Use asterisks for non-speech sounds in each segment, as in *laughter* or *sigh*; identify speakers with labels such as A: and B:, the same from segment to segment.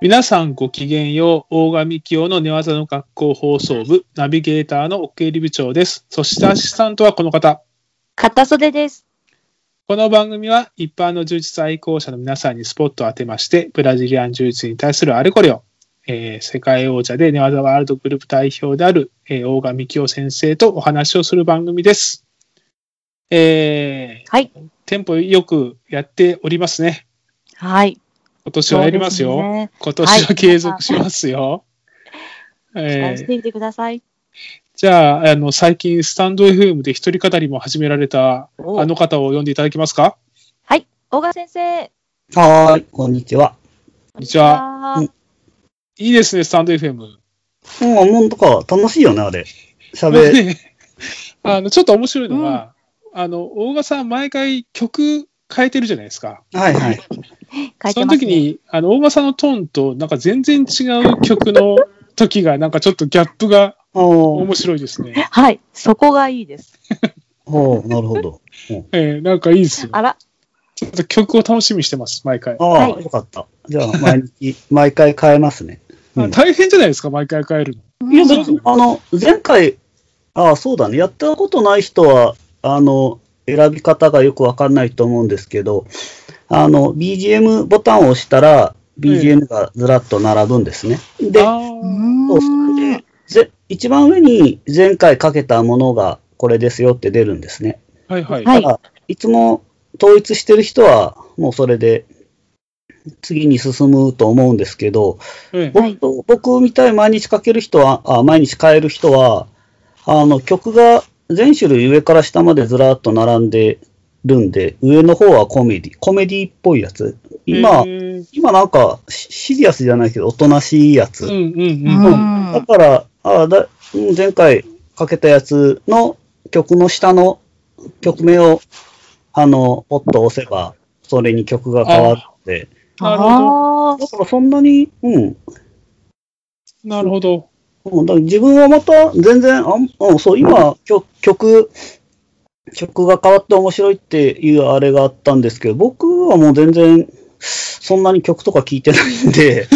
A: 皆さんごきげんよう。大神清の寝技の学校放送部、ナビゲーターの奥入部長です。そしてアシスタントはこの方。
B: 片袖です。
A: この番組は一般の柔術愛好者の皆さんにスポットを当てまして、ブラジリアン柔術に対するあれこれを、えー世界王者で寝技ワールドグループ代表である、えー大神清先生とお話をする番組です。えー
B: はい。
A: テンポよくやっておりますね。
B: はい。
A: 今年はやりますよ。
B: そうでね
A: 今年は継続しますよ。
B: 期
A: え
B: 待し
A: ー
B: てみてください。
A: じゃあ、あの、最近、スタンド FM で一人語りも始められた、
B: お
A: あの方を呼んでいただけますか
B: はい。大川先生。
C: はーい、こんにちは。
B: こ
A: んにちは
B: んにち
A: いいですね、スタンド FM。
C: うん、なんとか楽しいよね、あれ。喋、
A: ね *laughs* あの、ちょっと面白いのが、あの、大賀さん、毎回曲変えてるじゃないですか。
C: はいは
B: は。
C: い。
B: 書い
A: そ
B: て
A: の
B: ます
A: 時
B: ね。
A: に、あの、大賀さんのトーンと、なんか全然違う曲の時が、なんかちょっとギャップが
C: おー
A: 面白いですね。
B: はい。そこがいいです。
C: おーなるほど。
A: えーなんかいいですよ。
B: あら。
A: ちょっと曲を楽しみにしてます、毎回。
C: ああ、
B: はい
C: よかった。じゃあ、毎日、毎回変えますね。うん
A: あ大変じゃないですか、毎回変えるの。
C: いや、
A: そう
C: だってあの、前回、ああ、そうだね。やったことない人は、あの、選び方がよくわかんないと思うんですけど、あの、BGM ボタンを押したら、BGM がずらっと並ぶんですね。で、
A: あ
B: う
A: ー
C: そうそ
B: ー
C: れ
B: ん
C: でぜ一番上に前回かけたものがこれですよって出るんですね。
A: はいはい。
B: はい
C: ただいつも統一してる人はもうそれで次に進むと思うんですけど、
A: ええ
B: はい
C: 僕僕みたいに毎日かける人は、あ毎日変える人は、あの曲が全種類上から下までずらっと並んでるんで、上の方はコメディ、コメディっぽいやつ。今、
A: えー
C: 今なんかシシリアスじゃないけど、おとなしいやつ。
A: うんうん
B: う
A: うん。
B: ん
C: だから、ああだうん前回かけたやつの曲の下の曲名を、あの、ポッと押せば、それに曲が変わって、
A: なるほ
B: あ
C: だからそんなに、うん。
A: ど。なるほど。
C: うんだから自分はまた全然、あんうん、そう、今、曲、曲、曲が変わって面白いっていうあれがあったんですけど、僕はもう全然、そんなに曲とか聴いてないんで、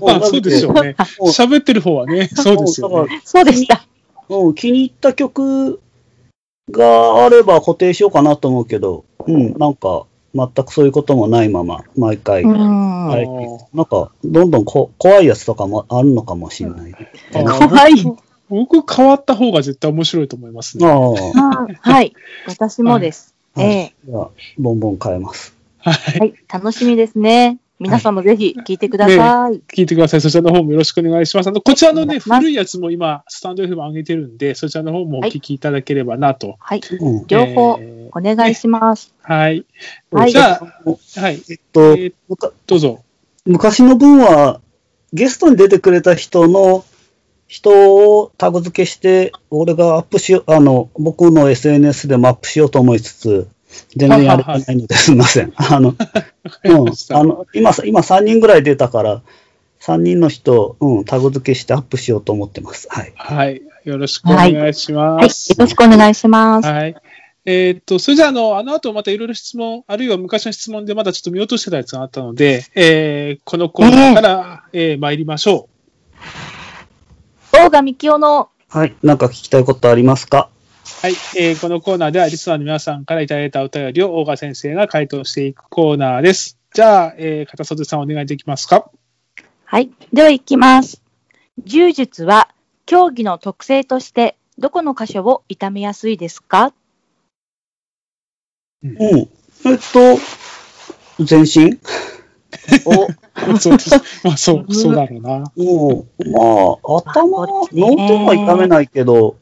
A: まあそうでしょうね。
C: もう
A: 喋ってる方はね、そうですよ
C: もうだから
A: ね。
B: ーそうでした。
C: うん、気に入った曲があれば固定しようかなと思うけど、うん、なんか、全くそういうこともないまま、毎回。
B: うん
C: は
A: はい
C: いなんか、どんどんこ怖いやつとかもあるのかもしれない、ね。
A: あー
B: 怖い。
A: 僕変わった方が絶対面白いと思いますね。
C: ああ、
B: はい。私もです。
C: はい
B: ええ。
C: じゃあ、ボンボン変えます。
A: はい。
B: はい。楽しみですね。皆さんもぜひ聞いてください。
A: 聞いてください。そちらの方もよろしくお願いします。あの、こちらのね、
B: お願いします
A: 古いやつも今、スタンド F も上げてるんで、そちらの方もお聞きいただければなと。
B: はい。
C: うん。
B: 両方
A: えー
B: お願いします。
A: はい。
B: はい
A: じゃあ、
C: えっ
A: はい。
C: と、
A: えー
C: むか
A: どうぞ。
C: 昔の分は、ゲストに出てくれた人の、人をタグ付けして、俺がアップしよう、あの、僕の SNS でもアップしようと思いつつ、全然やれてないのですいません。あの、
A: わかり
C: *laughs*
A: まし
C: うん、
A: た
C: あの今さ、今3人ぐらい出たから、3人の人、うん、タグ付けしてアップしようと思ってます。はい。
A: はい。よろしくお願いし
B: はい。
A: ま
B: よ
A: す。
B: ろしくお願いします。
A: はい。えーっと、それじゃあ、あの、あの後またいろいろ質問、あるいは昔の質問でまだちょっと見落としてたやつがあったので、えーこのコーナーから、えー参りましょ
B: 大神清の
C: はい。なんか聞きたいことありますか
A: う。はい。えーこのコーナーでは、リスナーの皆さんからいただいたお便りを、大川先生が回答していくコーナーです。じゃあ、えー片袖さんお願いできますか。
B: はい。では行きます。柔術は競技の特性としてどこの箇所を痛めやすいですか
C: うん。えっと、全身 *laughs*
B: お、
A: そう
B: *laughs*
A: です。まあ、そう、そうだろうな。
C: もう、まあ、頭、
B: そうですね
C: 脳天は痛めないけど、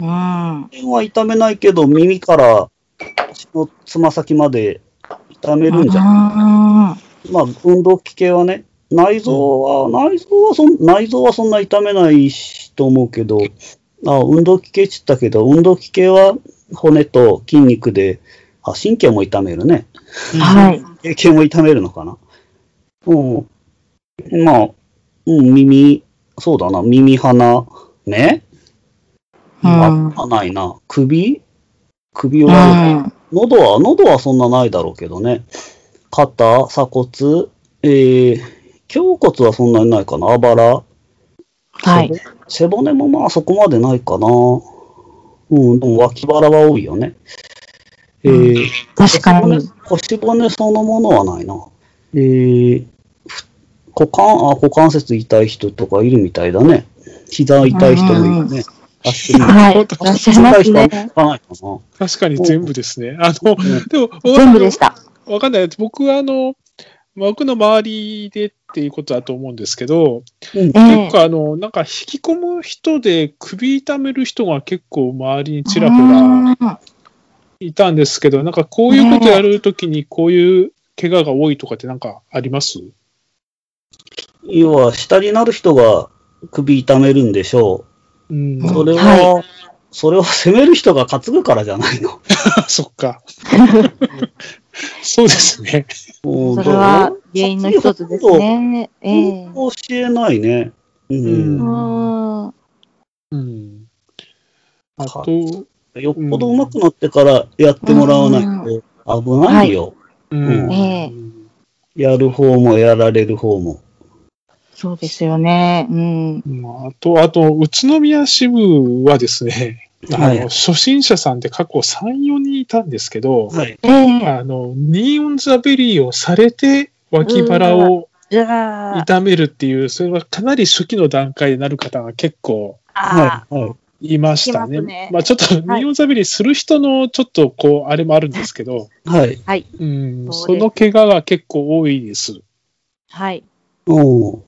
B: うん。
C: 脳天は痛めないけど、耳から足のつま先まで痛めるんじゃない
B: ゃ
C: まあ、運動器系はね、内臓は、内臓はそん、内臓はそんな痛めないしと思うけど、あ運動器系って言ったけど、運動器系は骨と筋肉で、あ、神経も痛めるね。
B: はい。
C: 神経も痛めるのかな。うん。まあ、うん、耳、そうだな、耳、鼻、目、
B: うん
C: あ、ないな。首首
B: う
C: は、
B: ん。
C: 喉は、喉はそんなないだろうけどね。肩、鎖骨、えー、胸骨はそんなにないかな。あばら。
B: はい。
C: 背骨もまあそこまでないかな。うん、でも脇腹は多いよね。えー
B: 確か
C: 腰
B: に。
C: 骨腰骨そのものはないな。えー、ふ股関、あ、股関節痛い人とかいるみたいだね。膝痛い人もいるね。足首
B: はい。いらっしゃいます
C: 痛
B: ね。
C: い人は聞かないかな。
A: 確かに全部ですね。あの、
C: ん
A: でも、
B: 全部でした。
A: わかんない。僕は、あの、僕の周りでっていうことだと思うんですけど、
B: ええ
A: 結構あの、なんか引き込む人で首痛める人が結構周りにちらほら
B: ら。
A: いたんですけど、なんかこういうことやるときにこういう怪我が多いとかってなんかあります
C: 要は、下になる人が首痛めるんでしょ
A: うん
C: う。。それは、
B: は
C: それを責める人が担ぐからじゃないの。
A: あ *laughs* そっ
C: *laughs*
A: か。そうですね。
C: そ
B: それは原因の一つです。ね。ええ
C: 教えないね。うん。
A: う
B: うんん。
A: うん。あと、
C: よっぽど上手くなってからやってもらわないと危ないよ。
A: うん。
B: え
C: やる方もやられる方も。
B: そうですよね。うん。
A: まああと、あと、宇都宮支部はですね、あの、
C: はい
A: 初心者さんって過去3、4人いたんですけど、
C: はい。
B: ええ
A: あの、ニーオンザベリーをされて、脇腹を
B: じゃあ、
A: 痛めるっていう、それはかなり初期の段階になる方が結構
B: あ
C: はい。はい。
A: いましたね。
B: い
A: ま
B: ますね
A: あちょっと、ニ
B: はい
A: ーオンザベリーする人のちょっとこう、あれもあるんですけど、
C: はい。
A: うん、
B: そ
A: そう
B: です
A: の怪我が結構多いです。
B: あ、はい。
C: うん。
B: 聞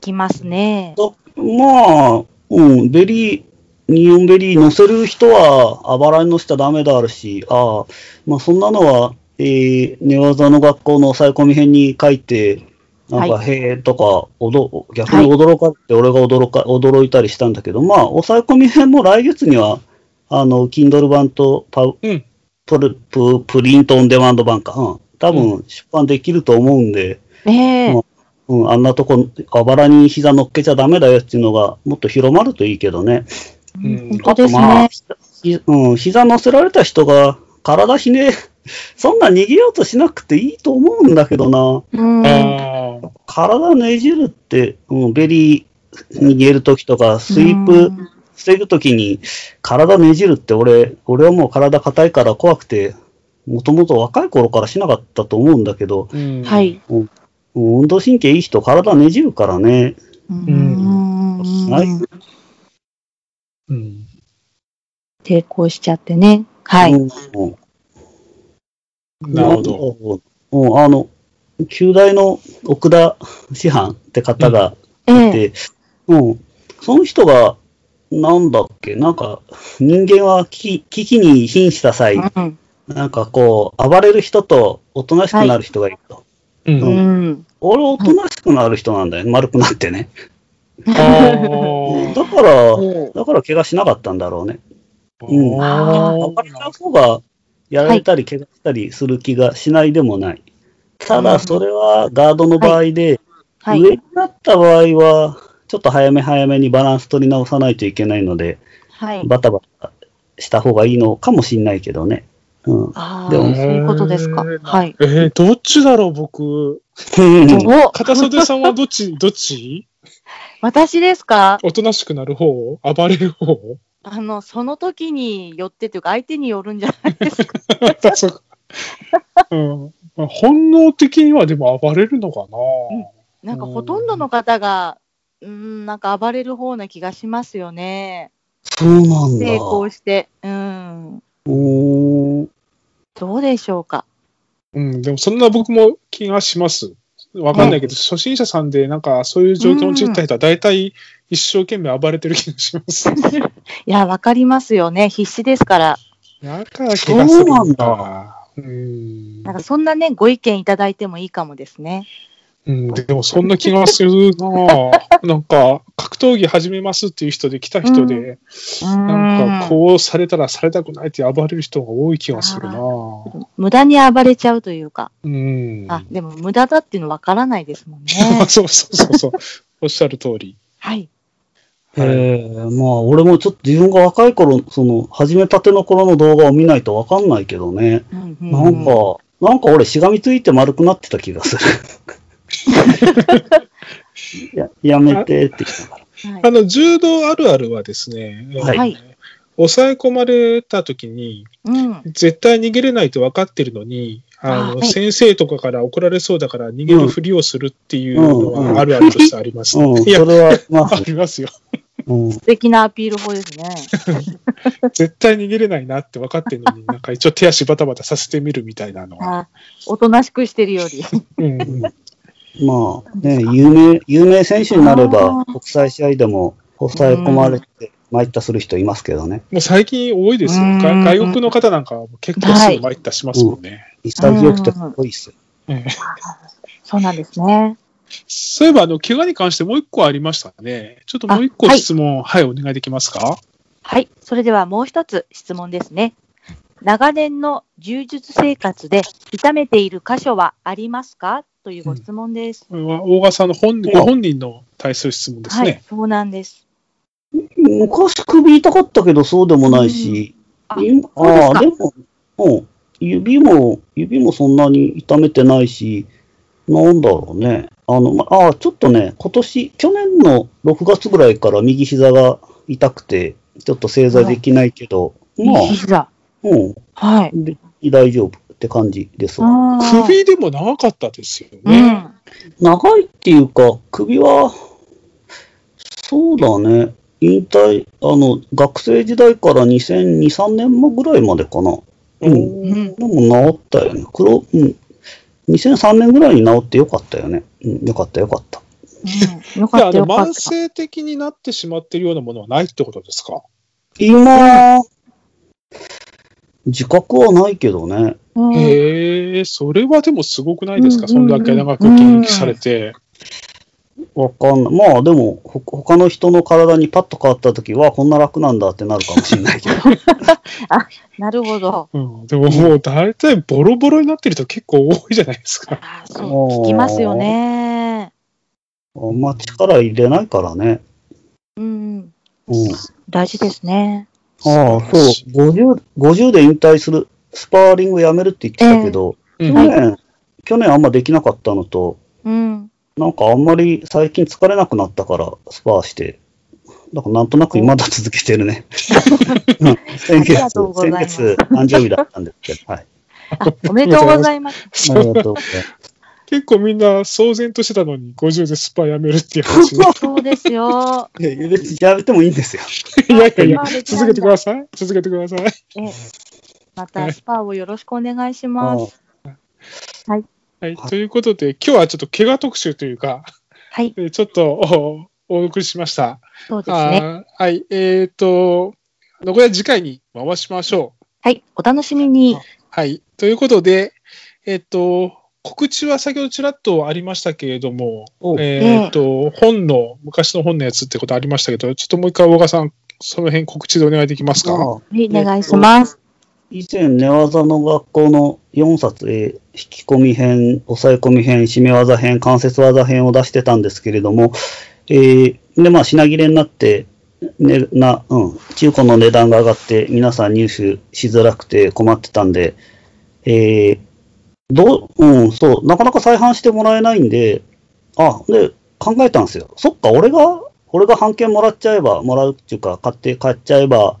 B: きますね。
C: まあ、うん、ベリー、ニオンベリー乗せる人は、あばらに乗せちゃダメであるし、ああ、まあそんなのは、えー、寝技の学校の抑え込み編に書いて、なんか、
B: は
C: へえとか、おど、逆に驚かれて、俺が驚か、驚いたりしたんだけど、まあ、抑え込み編も来月には、あの、Kindle 版とパウ、
A: うん
C: プルプ、プリントオンデマンド版か、うん、多分出版できると思うんで、
B: ええ
C: もうん、あんなとこ、あばらに膝乗っけちゃダメだよっていうのが、もっと広まるといいけどね。
A: うん
B: 本当です
C: あ
B: ね。
C: ひうん、膝乗せられた人が、体ひね、 *laughs* そんな逃げようとしなくていいと思うんだけどな。
B: うん。
A: ああ、
C: 体ねじるって、うん、ベリー逃げるときとか、スイープ防ぐときに、体ねじるって俺、俺はもう体硬いから怖くて、もともと若い頃からしなかったと思うんだけど、
A: うん
B: はい。
C: うん運動神経いい人体ねじるからね。
B: うん。
C: はい
A: うん
B: 抵抗しちゃってね。はい。
C: うん
A: なるほど。
C: ど。うん、あの、旧大の奥田師範って方が
B: え
C: い
B: え
C: て、うん、その人が、なんだっけ、なんか、人間は危機危機に瀕した際、
B: うん
C: なんかこう、暴れる人とおとなしくなる人がいると。
A: う。
B: うんん。
C: 俺、おとなしくなる人なんだよ、丸くなってね。
A: あ
C: だから、
B: お
C: だから怪我しなかったんだろうね。
A: ー
B: あ
A: あ
B: ー
C: 暴れた方がやられたり怪我したりする気がしないでもない。た
B: う
C: だ、
B: ん
C: それはガードの場合で、
B: はい。
C: 上になった場合は、ちょっと早め早めにバランス取り直さないといけないので、
B: はい。
C: バタバタした方がいいのかもしれないけどね。うん。
B: ああ、
C: で
B: そ
C: も
B: ういうことですか。はい。
A: えー、どっちだろう、僕。
B: お
A: 片袖さんはどっち、どっち
B: 私ですか
A: おとなしくなる方暴れる方
B: あの、その時によってというか、相手によるんじゃないですか。
A: そううんまあ本能的にはでも暴れるのか
B: なんかほとんどの方が、うん、なんか暴れる方な気がしますよね。
C: そうなんだ。
B: 抵抗して。うん。
C: おー
B: どうでしょうか。
A: な。うん、でもそんな僕も気がします。わかんないけど、初心者さんでなんかそういう状況に陥った人は大体一生懸命暴れてる気がします。
B: いや、わかりますよね。必死ですから。
A: だから怪我するんだ。うん
B: なんかそんなね、ご意見いただいてもいいかもですね。
A: うん、でもそんな気がするな *laughs* ぁなんか、格闘技始めますっていう人で来た人で、
B: うん。
A: なんかこうされたらされたくないって暴れる人が多い気がするなぁ
B: 無駄に暴れちゃうというか。
A: うん。
B: あ、でも無駄だっていうのわからないですもん
A: そう *laughs*
B: ね。
A: そうそうそう。おっしゃる通り。
B: はい。
C: えー、まあ、俺もちょっと自分が若い頃、その、始めたての頃の動画を見ないとわかんないけどね。
B: うんう
C: な
B: *laughs*
C: んか、なんか俺、しがみついて丸くなってた気がする。ややめてって言ったから。
B: はい
A: あの、柔道あるあるはですね、
C: はい
B: はい
A: 抑え込まれた時に、
B: うん。
A: 絶対逃げれないと分かってるのに、あ
B: あ
A: の、
B: はい
A: 先生とかから怒られそうだから逃げるふりをするっていうの
C: うんうん
A: はあるあるとしてありますね。
C: うん、
A: いや
C: そ、れは、ま
A: *laughs* あ
C: あ、
A: りますよ。
C: うん、
B: 素敵なアピール法ですね。
A: 絶対逃げれないなって分かってるのに、なんか一応手足バタバタさせてみるみたいなのは。
B: あおとなしくしてるよ
A: *laughs*
B: り。
A: うん。
C: まあ、ね、有名、有名選手になれ
B: あー
C: ば、国際試合でも抑え込まれて、参ったする人いますけどね。
A: もう最近多いですよ。
B: うん
A: が外国の方なんかは結構すぐ参ったしますもんね。
C: 潔くてかっこいいっすよ。
A: ええ
B: そうなんですね。
A: そういえば、あの、怪我に関してもう一個ありましたね。ちょっともう一個
B: あはい
A: 質問、はい、お願いできますか
B: はい。それではもう一つ質問ですね。長年の柔術生活で痛めている箇所はありますかというご質問です。
A: これは、大川さんの本人、
C: うん
A: ご本人の対する質問です
B: はい
A: ね。。
B: そうなんです。
C: 昔首痛かったけど、そうでもないし、
B: うんあ
C: 今
B: そうですか
C: ああ、でも、うん、指も、指もそんなに痛めてないし、なんだろうね。あの、まああ、ちょっとね、今年、去年の6月ぐらいから右膝が痛くて、ちょっと正座できないけど、まあ
B: 右、膝。
C: うん、
B: はい。
C: で大丈夫って感じですわ。
B: あー
A: 首でも長かったですよ
B: う
A: ね。
B: ん。
C: 長いっていうか、首は、そうだね、引退、あの、学生時代から2002、3年前ぐらいまでかな。うん。
B: うん
C: でも治ったよね。黒、うん。2003年ぐらいに治ってよかったよね。うん、よかったよかった。
B: うんよ
A: で、
B: か
A: あ
B: った
A: の、
B: よかっ
A: 慢
B: た。
A: 性的になってしまっているようなものはないってことですか
C: 今、自覚はないけどね。
B: うん
A: へえ、それはでもすごくないですか、
B: うんうんうん
A: そんだけ長く現役されて。
C: わかんない。まあでも、ほ他の人の体にパッと変わった時は、こんな楽なんだってなるかもしれ *laughs* ないけど。
B: なるほど。
A: うん、でももう大体ボロボロになってる人結構多いじゃないですか。
B: あーそう聞きますよね。
C: あんま力入れないからね。
B: うん。
C: うん。
B: 大事ですね。
C: ああ、そう。50、50で引退する、スパーリングやめるって言ってたけど、
A: うん。
C: 去
A: はい
C: 年、去年あんまできなかったのと、
B: うん。
C: なんかあんまり最近疲れなくなったから、スパーして。だからなんとなく今だ続けてる
B: *laughs*
C: ね。うん先
B: ありが
C: 月
B: とう、ござい
C: 先
B: ます
C: 月、誕生日だったんです
B: *laughs*
C: けど、はい。
B: あ、おめでとうございます。
A: *laughs*
C: ありがとうございます。
A: 結構みんな騒然としてたのに50でスパやめるっていう話ね
B: *laughs* そうですよ。
C: いや別にやめてもいいんですよ。
A: いやいやいや
B: あスパーできたんだ
A: 続けてください。続けてください。
B: ええまたスパをよろしくお願いします。
A: はい、ということで、今日はちょっと怪我特集というか、
B: はい、
A: えーちょっとおお送りしました。
B: そうですね。
A: あーはい、えっ、と、残りは次回に回しましょう。
B: はい、お楽しみに。
A: はい、ということで、えっ、と、告知は先ほどちらっとありましたけれども、
C: お
A: えっ、と、本の、昔の本のやつってことありましたけど、ちょっともう一回、大川さん、その辺告知でお願いできますか。
C: ああ
B: はい、お願いします。
C: 以前、寝技の学校の4冊、えー引き込み編、抑え込み編、締め技編、関節技編を出してたんですけれども、えーで、まあ、品切れになって、ね、な、うん、中古の値段が上がって、皆さん入手しづらくて困ってたんで、えーどう、うん、そう、なかなか再販してもらえないんで、あ、で、考えたんですよ。そっか、俺が、俺が版権もらっちゃえば、もらうっていうか、買って、買っちゃえば、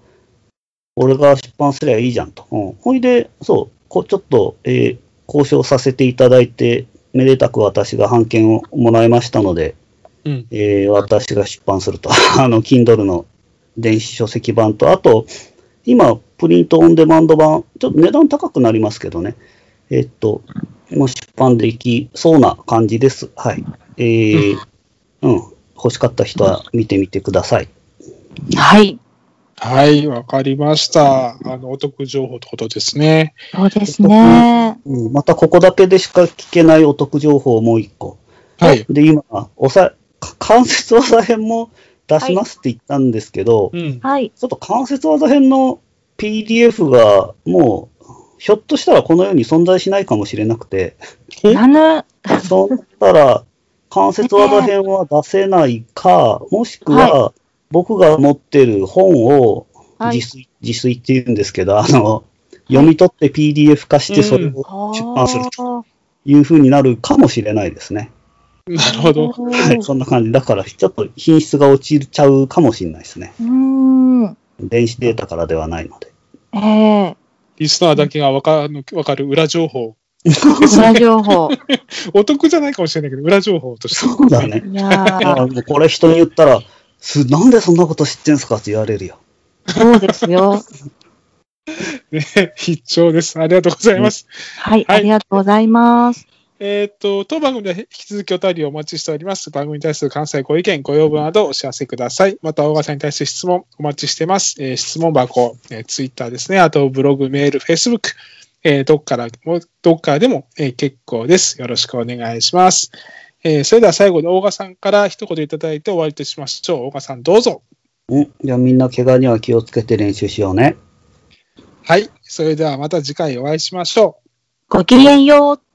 C: 俺が出版すりゃいいじゃんと。うん、ほいで、そう、こうちょっと、えー交渉させていただいて、めでたく私が版権をもらいましたので、
A: うん
C: えー私が出版すると。 *laughs* あの、Kindle の電子書籍版と、あと、今、プリントオンデマンド版、ちょっと値段高くなりますけどね。えーっと、もう出版できそうな感じです。はい。えーうん。欲しかった人は見てみてください。
B: はい、
A: はい、わかりました。あの、お得情報ってことですね。
B: そうですね。
C: うん、またここだけでしか聞けないお得情報をもう一個。
A: はい。
C: で、今、おさか関節技編も出しますって言ったんですけど、
A: うん。
B: はい、
C: ちょっと関節技編の PDF がもう、ひょっとしたらこの世に存在しないかもしれなく
B: *laughs*
C: て、
B: なぬ、
C: そしたら関節技編は出せないか、もしくは僕が持ってる本を
B: は
C: 自
B: い。
C: 炊,、自炊って言うんですけど、あの、読み取って PDF 化してそれ
A: う
C: を
B: あ
C: 出版する
B: ー
C: いう風になるかもしれないですね。
A: *laughs* なるほど。
C: はい、そんな感じ。だから、ちょっと品質が落ちちゃうかもしれないですね。
B: うーん。
C: 電子データからではないので。
B: ええ
A: リスナーだけがわかるわかる裏情報。
B: 裏情 *laughs* 報。
A: お得じゃないかもしれないけど、裏情報として。
C: そうだね。
B: いやー
C: あもうこれ人に言ったら、すなんでそんなこと知ってんすかって言われるよ。
B: そうですよ。
A: ね、必聴です。ありがとうございます。
B: はい、
A: はい
B: ありがとうございます。
A: えーっと、当番組では引き続きお便りをお待ちしております。番組に対する関西ご意見、ご要望などお知らせください。また、大川さんに対する質問お待ちしてます。えー質問箱、えー、ツイッターですね。あと、ブログ、メール、フェイスブック、えーどっからも、どっからでも、えー結構です。よろしくお願いします。えーそれでは最後に大川さんから一言いただいて終わりとしましょう。大川さん、どうぞ。
C: うん。じゃあみんな怪我には気をつけて練習しようね。
A: はい。それではまた次回お会いしましょう。
B: ごきげんよう。